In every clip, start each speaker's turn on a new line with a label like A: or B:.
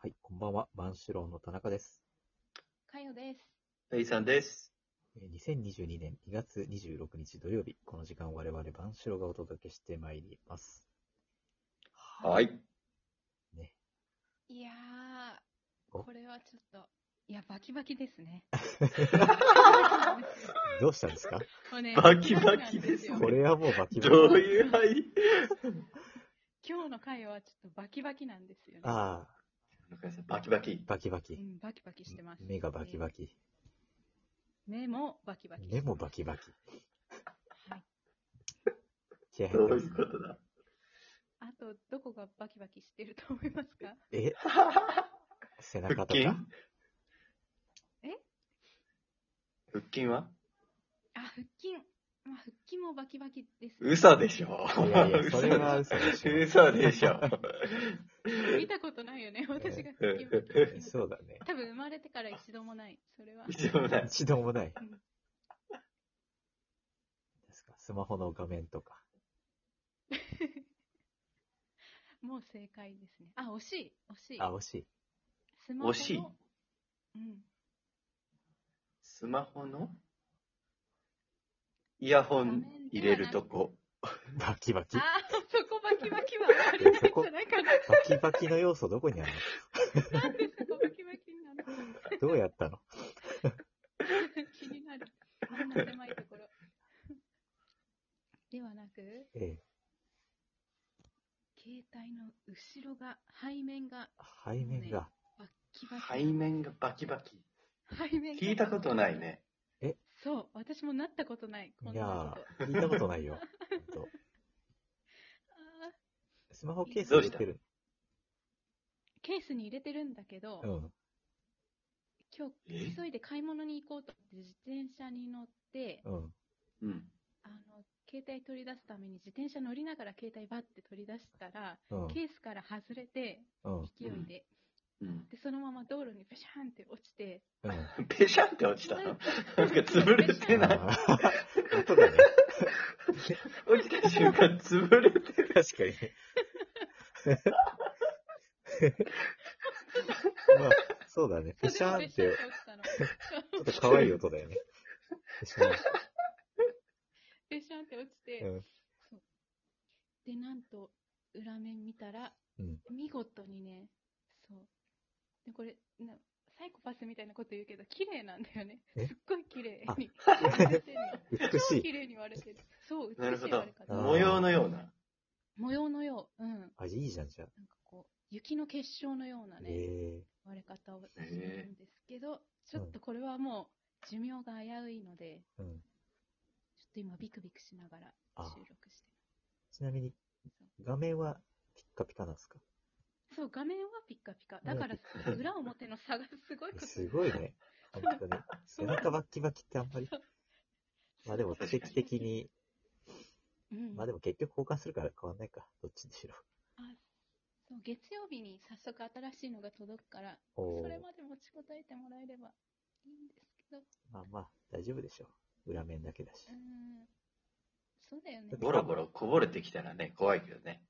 A: はい、こんばんは。万志郎の田中です。
B: かよです。
C: ペイさんで
A: え
C: す。
A: ー2022年2月26日土曜日、この時間我々万志郎がお届けしてまいります。
C: は。い。
A: ね。
B: いや
A: お
B: ー、これはちょっと、いや、バキバキです ね。
A: どうしたんです か
B: もうね
C: バキバキです
B: バキバキなん
A: これはもうバキバキ。
C: どういう配
B: 今日の回はちょっとバキバキなんですよね。
A: ああ、
C: バキバキ。
A: バキバ
B: う
A: キ。
B: ん、バキバキしてます。
A: 目がバキバキ。
B: 目もバキバキ。
A: 目もバキバキ。気合
C: ど
A: 入ってま
C: うい
A: す
C: う
A: ね
C: こ。とだ。
B: あと、どこがバキバキしてると思いま すか
A: え、背中
C: 腹
A: とか
C: 筋
B: え
C: 腹筋は
B: あ、腹筋。まあ、腹筋もバキバキです、
C: 嘘でしょ
A: いやいや、それは嘘でしょ。
C: 嘘でしょ。
B: 見たことないよね、私が
C: え
B: 腹筋バキバキの
A: そうだね。
B: 多分生まれてから一度もない。それは。
C: 一応ない。
A: 一度もない。
B: うん
A: ですかスマホの画面とか。
B: もう正解ですね。あ、惜しい。惜しい。
A: あ、惜しい。
B: スマホの
C: 惜しい
B: うん。
C: スマホのイヤホン入れるとこ。
A: バキバキ
B: あ。ー、そこバキバキはありないんじゃないかな。
A: バキバキの要素どこにある
B: なんでそこバキバキなの
A: のどうやったの
B: 気になる。あんな狭いところ。ではなく、
A: ええ
B: 携帯の後ろが、背面が
A: 背面が。
B: バッキバキ。
C: 背面がバキバキ。
B: 背面が
C: 聞いたことない。ね。
B: そう、私もなったことない。こん
A: いや
B: なこ
A: ー、
B: と。
A: 聞いたことないよ。ほんと
B: あー
A: スマホケース入れてる。
B: ケースに入れてるんだけど、
A: うん。
B: 今
C: え
B: 日急いで買い物に行こうと思って自転車に乗って、
A: うん。
C: うん。
B: あの、携帯取り出すために自転車乗りながら携帯バッて取り出したら、
A: うん。
B: ケースから外れて、
A: うん。
B: 勢いで。
C: うん。
B: で、そのまま道路にペシャンって落ちて、
A: うん。
C: ペシャンって落ちたのなんか潰れてない。
A: あー音だね。
C: 落ちた瞬間潰れてる。
A: 確かにね。まあ、そうだね。ペシャーンって、ち
B: 落ちたの。
A: ょっと可愛い音だよね。ペシャーン。
B: ペシャンって落ちて、
A: うん
B: そうで、なんと、裏面見たら、
A: うん
B: 見事にね、そう。で、これな、サイコパスみたいなこと言うけど、綺麗なんだよね。す
A: え
B: っごい綺麗に。
A: 美し
B: 超
A: い。
B: 綺麗に割れてる。そう、美
C: なる
B: し
C: ほ
B: い
C: ど
B: 割れ。
A: あー
B: 方。
C: 模様のような。
B: 模様のよう。うん。
A: あ、いいじゃん、じゃあ。
B: なんかこう、雪の結晶のような
A: え
B: ね、
A: え
B: 割れ方をする
C: へえ
B: んですけど、ちょっとこれはもう寿命が危ういので、
A: うん。
B: ちょっと今ビクビクしながら
A: あ
B: 収録して
A: ちなみに、画面はピッカピカなんですか
B: ます。そう、画面はピッカピカ。だから、裏表の差がすごい
A: え
B: こ と。
A: すごいね。本当に。背中バッキバキってあんまり。まあでも、定期的に、
B: うん、
A: まあでも結局交換するから変わんないか。どっちにしろ。
B: そう月曜日に早速新しいのが届くから、
A: お
B: そ
A: ー
B: れまで持ちこたえてもらえればいいんですけど、
A: まあまあ、大丈夫でしょう。裏面だけだし
B: う。ん、そうだよね。
C: ボロボロこぼれてきたらね、怖いけどね。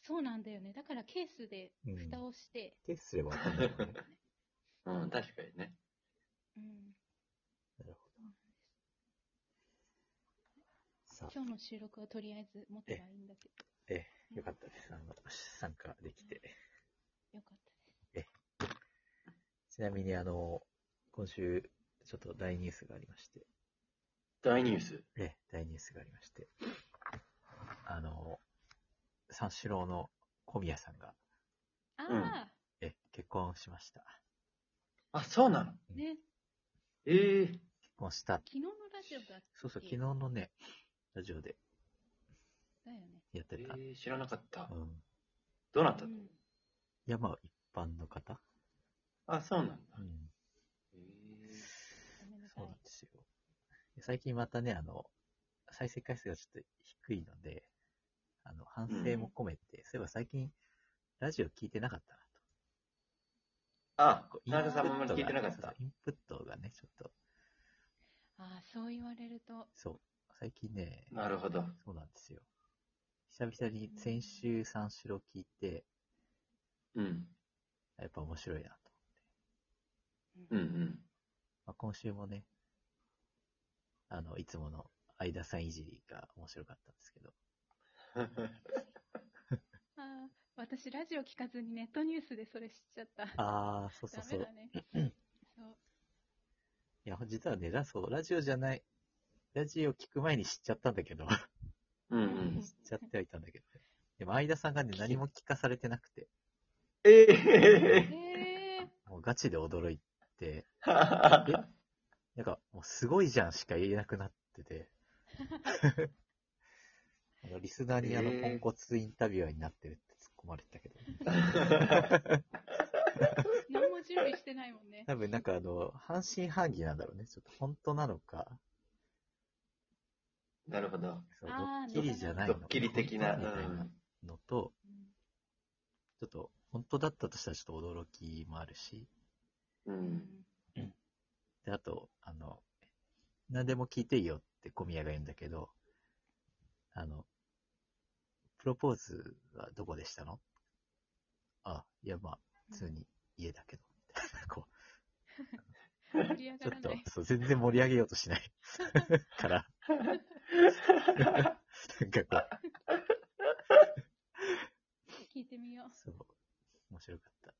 B: そうなんだよね。だからケースで
A: うん。
B: 蓋 をして、
A: テストすればわかんないもんね。
C: うん、確かにね。
B: うん
A: なるほ
B: そうなんです
A: さあ、
B: 今日の収録はとりあえず持てばいいんだけど。
A: よかったです。あの、参加できて。
B: よかったです。
A: ちなみに、あの、今週、ちょっと大ニュースがありまして、
C: 大ニュース。
A: ええ、大ニュースがありまして、あの、三四郎の小宮さんが、
B: あ
C: うん
B: あ、
A: ええ、結婚しました。
C: あ、そうなの
B: ね、
C: ええ
A: 結婚した。
B: 昨日のラジオだっ
A: そうそう、昨日のね、ラジオで
B: たよね。
A: やって
C: え
A: た。
C: え知らなかった
A: う。ん。
C: どうなった
B: う
C: の
B: ん
A: いや、まあ、一般の方。
C: あ、そうなんだ。
A: うん。
C: え
B: ごめんなさ
A: そ
B: いう
A: なんですよ。最近またね、あの、再生回数がちょっと低いので、あの、反省も込めて、そういえば最近、ラジオ聞いてなかったな
C: ーあ
A: と。、
C: 田中さんもあん
A: イン
C: ま
A: プットが
C: り聞いてなかっ
A: そうそう
C: た。
A: インプットがね、ちょっと、
B: ああ、そう言われると、
A: そう、最近ね、
C: なるほど。
A: そうなんですよ。久々に先週三四郎聞いて、
C: うん。
A: やっぱ面白いなと。
C: うんうん。
A: まあ、今週もね、あの、いつもの相田さんいじりが面白かったんですけど、
B: あー私、ラジオ聞かずにネットニュースでそれ知っちゃった。
A: ああ、そうそう
B: ダ
A: そ
B: メ
A: う
B: だ。ね。そう
A: いや、実はね、ラそう、ラジオじゃない、ラジオ聞く前に知っちゃったんだけど、 知っ
C: うんうん。
A: ちゃってはいたんだけど、ね、でも、相田さんがね、何も聞かされてなくて、
C: え え
B: えー、
A: もうガチで驚い て、
C: ー。
A: なんか、もうすごいじゃんしか言えなくなって て、あの、リスナーにあの、ポンコツインタビュアーになってるって突っ込まれてたけど、
B: 何も準備してないもんね。
A: 多分なんかあの、半信半疑なんだろうね。ちょっと本当なのか、
C: なるほど。
A: そう
B: あー
A: ドッキリじゃない
C: ド
A: の
C: ッキリ的な。う。
A: みたいなんのと、
B: うん
A: ちょっと本当だったとしたらちょっと驚きもあるし、
C: う。
B: うんん
A: で、あと、あの、何でも聞いていいよって小宮が言うんだけど、あの、プロポーズはどこでしたのあ、いや、まあ、普通に家だけど、みたいな、こう、
B: 盛り上
A: ち
B: が
A: ょ
B: ら
A: っと
B: ない。、
A: そう、全然盛り上げようとしない から、なんかこう、
B: 聞いてみよう。
A: そう、面白かった。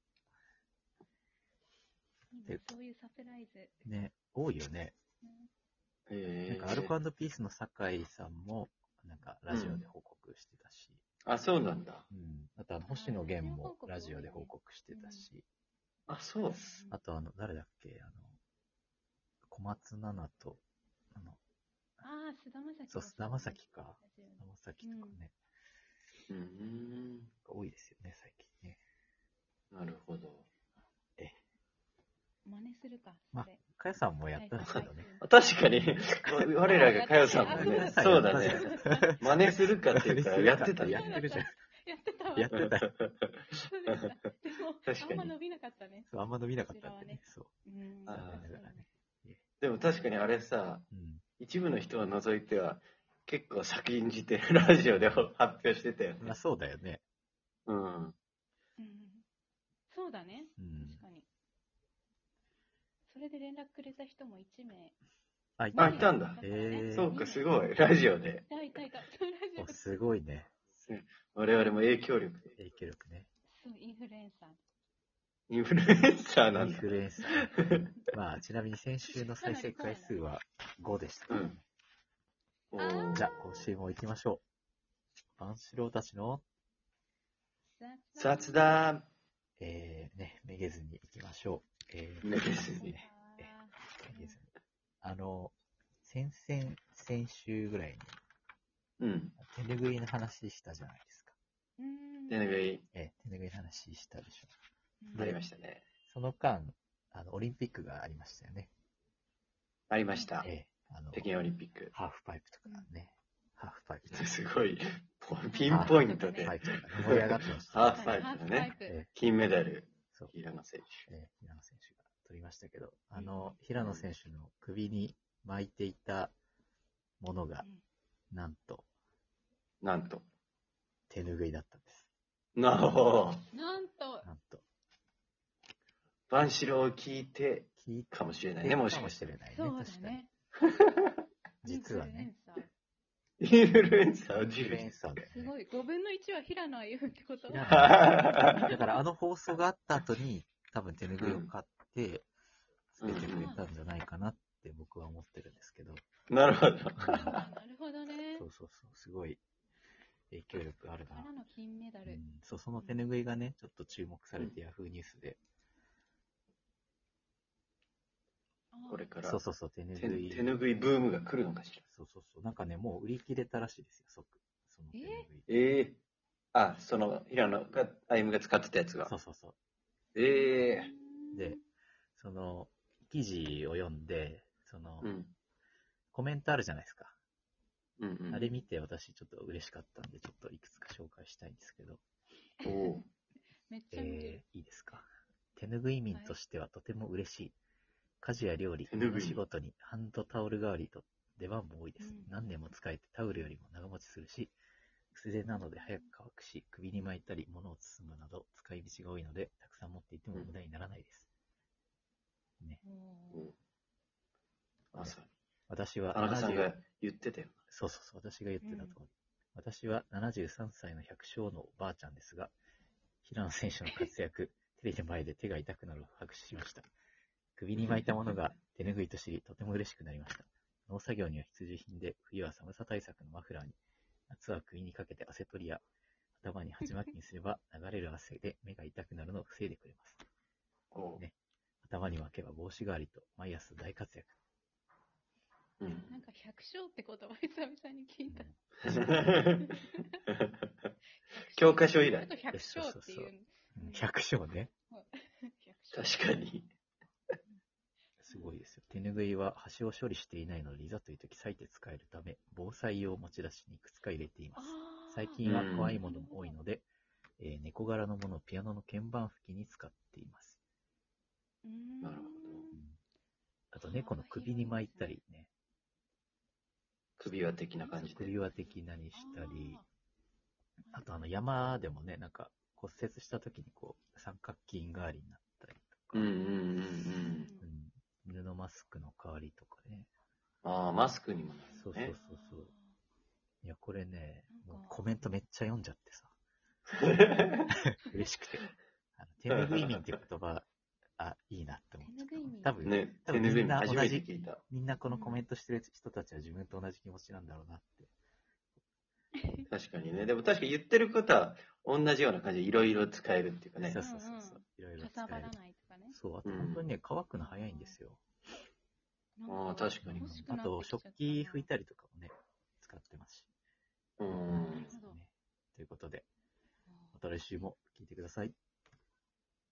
B: いい
A: で
B: ねそういうサプライズ。
A: ね、多いよね。
B: うん
A: な
C: え
A: ん
C: え
A: かアルコピースの酒井さんも、なんかラジオで報告してたし、
C: あ、そうなんだ。
A: うんあとあの星野源もラジオで報告してたし、
C: あ、そう。
A: あとあの、誰だっけ、あの、小松菜奈と、あの、
B: ああ、菅田将暉。
A: そう、菅田将暉か。
B: ラジオ
A: 菅田将暉とかね、
C: うん。
A: 多いですよね、最近ね。
C: なるほど。
B: 真似するか、
A: まあ
B: それ。
A: かやさんもやったんですけどね。
C: 確かに、我らがかよさんも ね、
A: あ
C: そうだね。。真似するかって言ったらやってた
A: やっ
C: ね。
A: てるじゃん。
B: やってたわ。
A: やってた。
B: そうでしたでも、あ
C: 確か
B: ん
C: に
B: ま伸びなかったね。
A: そう、あんま伸びなかったんでね。そう。
B: うん。
C: あ
A: 残
C: ー
A: 念ながらね。
C: でも確かにあれさ、
A: うん。
C: 一部の人を除いては、結構先んじてラジオで発表してたよね
A: まあ。そうだよね。
C: うん。
B: うんそうだね。
A: うん。
B: 確かに。それで連絡くれた人も1名。
A: あ、いた
C: あ、い
A: んだ。
C: たんだ。
A: えー
C: そうか、すごい。ラジオで。
B: いたいたいた。そうラジオ
A: おすごいね。
C: 我々も影響力で。
A: 影響力ね。
B: そう、インフルエンサー。
C: インフルエンサーな
A: イ
C: ん
A: ン
C: だ
A: フ。ルエンサ ー。まあ、ちなみに先週の再生回数は5でした。
C: うんおー
A: じゃあ、今週も行きましょう。万志郎たちの、
C: 雑。談。
A: えー、ね、めげずに行きましょう。えー、
C: ねです
B: そう
C: ね。
A: え
B: だ
A: めげずに。あの、先々、先週ぐらいに、
C: うん。
A: 手ぬぐいの話したじゃないですか。
B: うん。
C: 手ぬぐい、
A: えー、手ぬぐいの話したでしょ。
B: うん
C: ありましたね。
A: その間、あの、オリンピックがありましたよね。
C: ありました。
A: えー、あの、
C: 北京オリンピック。
A: ハーフパイプとかね。ハーフパイプとか。
C: すごい、ポピンポイントで
A: ハーフパイプとかね盛り上がってました、
C: ハ
B: ハ
C: ーフパイプだ
B: ー
C: ね
B: フパイプ
A: えー
C: 金メダル、
A: そう。
C: 平野選
A: えー平野選手が取りましたけど、あの、平野選手の首に巻いていたものが、なんと、
C: 手。なんと。
A: 手拭いだったんです。
C: なお、
B: うんなんと、
A: なんと、
C: 万四郎を聞いて
A: 聞い
C: かもしれ
A: て
C: ない
A: る
C: ね、
A: か
C: も
A: も
C: しかし。
A: してれないね、
B: そうだ
A: 確かに。
B: ね。
A: 実はね、
B: インフルエン
C: インフルエンサーを
A: インフルエン
C: 10
A: サーだよ
B: サー。
A: ね。
B: すごい。5分の1は平野歩夢ってこと
A: いや
C: 人。
A: だからあの放送があった後に、多分手拭いを買って、つけてくれたんじゃないかなって僕は思ってるんですけど、
C: なるほど。
B: あ なるほどね
A: そ。うそうそう、すごい影響力ある
B: か
A: な
B: らの金メダ
A: う
B: ル
A: ん。、そう、その手拭いがね、ちょっと注目されて、ヤフーニュースで、
C: これから
A: そうそうそう、手
C: 手手
A: 拭い。
C: 拭いブームが来るのかしら。
A: そうそうそう。なんかね、もう売り切れたらしいですよ、即。その手拭い。
C: ええあ、その、平野が、歩夢が使ってたやつ
A: そう
C: が。
A: そうそ
C: ええ
B: うん
A: でう。その、記事を読んで、その、
C: うん。
A: コメントあるじゃないですか。
C: うんうん。
A: あれ見て私ちょっと嬉しかったんで、ちょっといくつか紹介したいんですけど、
C: おお
B: めっちゃ見て
A: え
B: る。
A: ー、いいですか。手拭い民としてはとても嬉しい。家事や料理、
C: 手拭い
A: お仕事にハンドタオル代わりと出番も多いです。
B: うん
A: 何年も使えてタオルよりも長持ちするし、薄手なので早く乾くし、首に巻いたり、物を包むなど、使い道が多いので、たくさん持っていても無駄にならないです。
B: お
C: う
B: ー
C: ん。あ、そう。
A: 私は
C: 田中さん
A: 70
C: が、言ってたよ。
A: そうそうそう、私が言ってたと
B: う
A: 思う。私は73歳の百姓のおばあちゃんですが、平野選手の活躍、 テレビの前で手が痛くなるを拍手しました。首に巻いたものが手拭いと知り、とても嬉しくなりました。農作業には必需品で、冬は寒さ対策のマフラーに、夏は首にかけて汗取りや、頭に鉢巻きにすれば流れる汗で目が痛くなるのを防いでくれます。
C: おう
A: ね頭に巻けば帽子代わりと、毎朝大活躍。
C: うん。
B: なんか百姓って言葉久々に聞いた。
C: 教科書以来
B: あと百姓っていうの。
A: うん百姓ね。
B: 百姓
C: 確かに。
A: すごいですよ。手拭いは端を処理していないので、いざという時裂いて使えるため、防災用持ち出しにいくつか入れています。
B: あー
A: 最近は
C: うん
A: 怖いものも多いので、えー猫柄のものをピアノの鍵盤付きに使っています。
B: うーん
C: なるほど
A: あと、猫の首に巻いたりね、
C: 首輪的な感じで。
A: 首輪的なにしたり、あとあの山でもね、なんか骨折した時にこう、三角筋代わりになったり
C: うんうんうんう
B: あー
C: ん。
A: とか、うん、布マスクの代わりとかね。
C: ああ、マスクにもなる
A: そうそう
C: ね。
A: そうそう。いや、これね、
B: なん
A: も
B: か
A: うコメントめっちゃ読んじゃって さ。嬉しくて。あの、手拭い民って言葉、あ、いいなって思っ
B: 手拭い民
A: た。多分、
C: ね、
A: 多
C: 手
A: 分み
C: 拭い
A: ん
C: も
A: な同
C: 初
A: じ
C: めて聞いた。
A: みんなこのコメントしてる人たちは自分と同じ気持ちなんだろうなって。
C: 確かにね。でも確かに言ってることは同じような感じでいろいろ使えるっていうかね
A: そ。うそうそうそう。いろいろ
B: か
A: 使
B: さば
A: え
B: ら
A: る。
B: ないとかね。
A: そう、あと本当にね、乾くの早いんですよ。
B: なん
C: あー確かに
B: 欲しく
A: あ
B: なってきちゃったな
A: と、食器拭いたりとかもね、使ってますし。
C: うん。
A: そうねということで、また来週も聞いてください。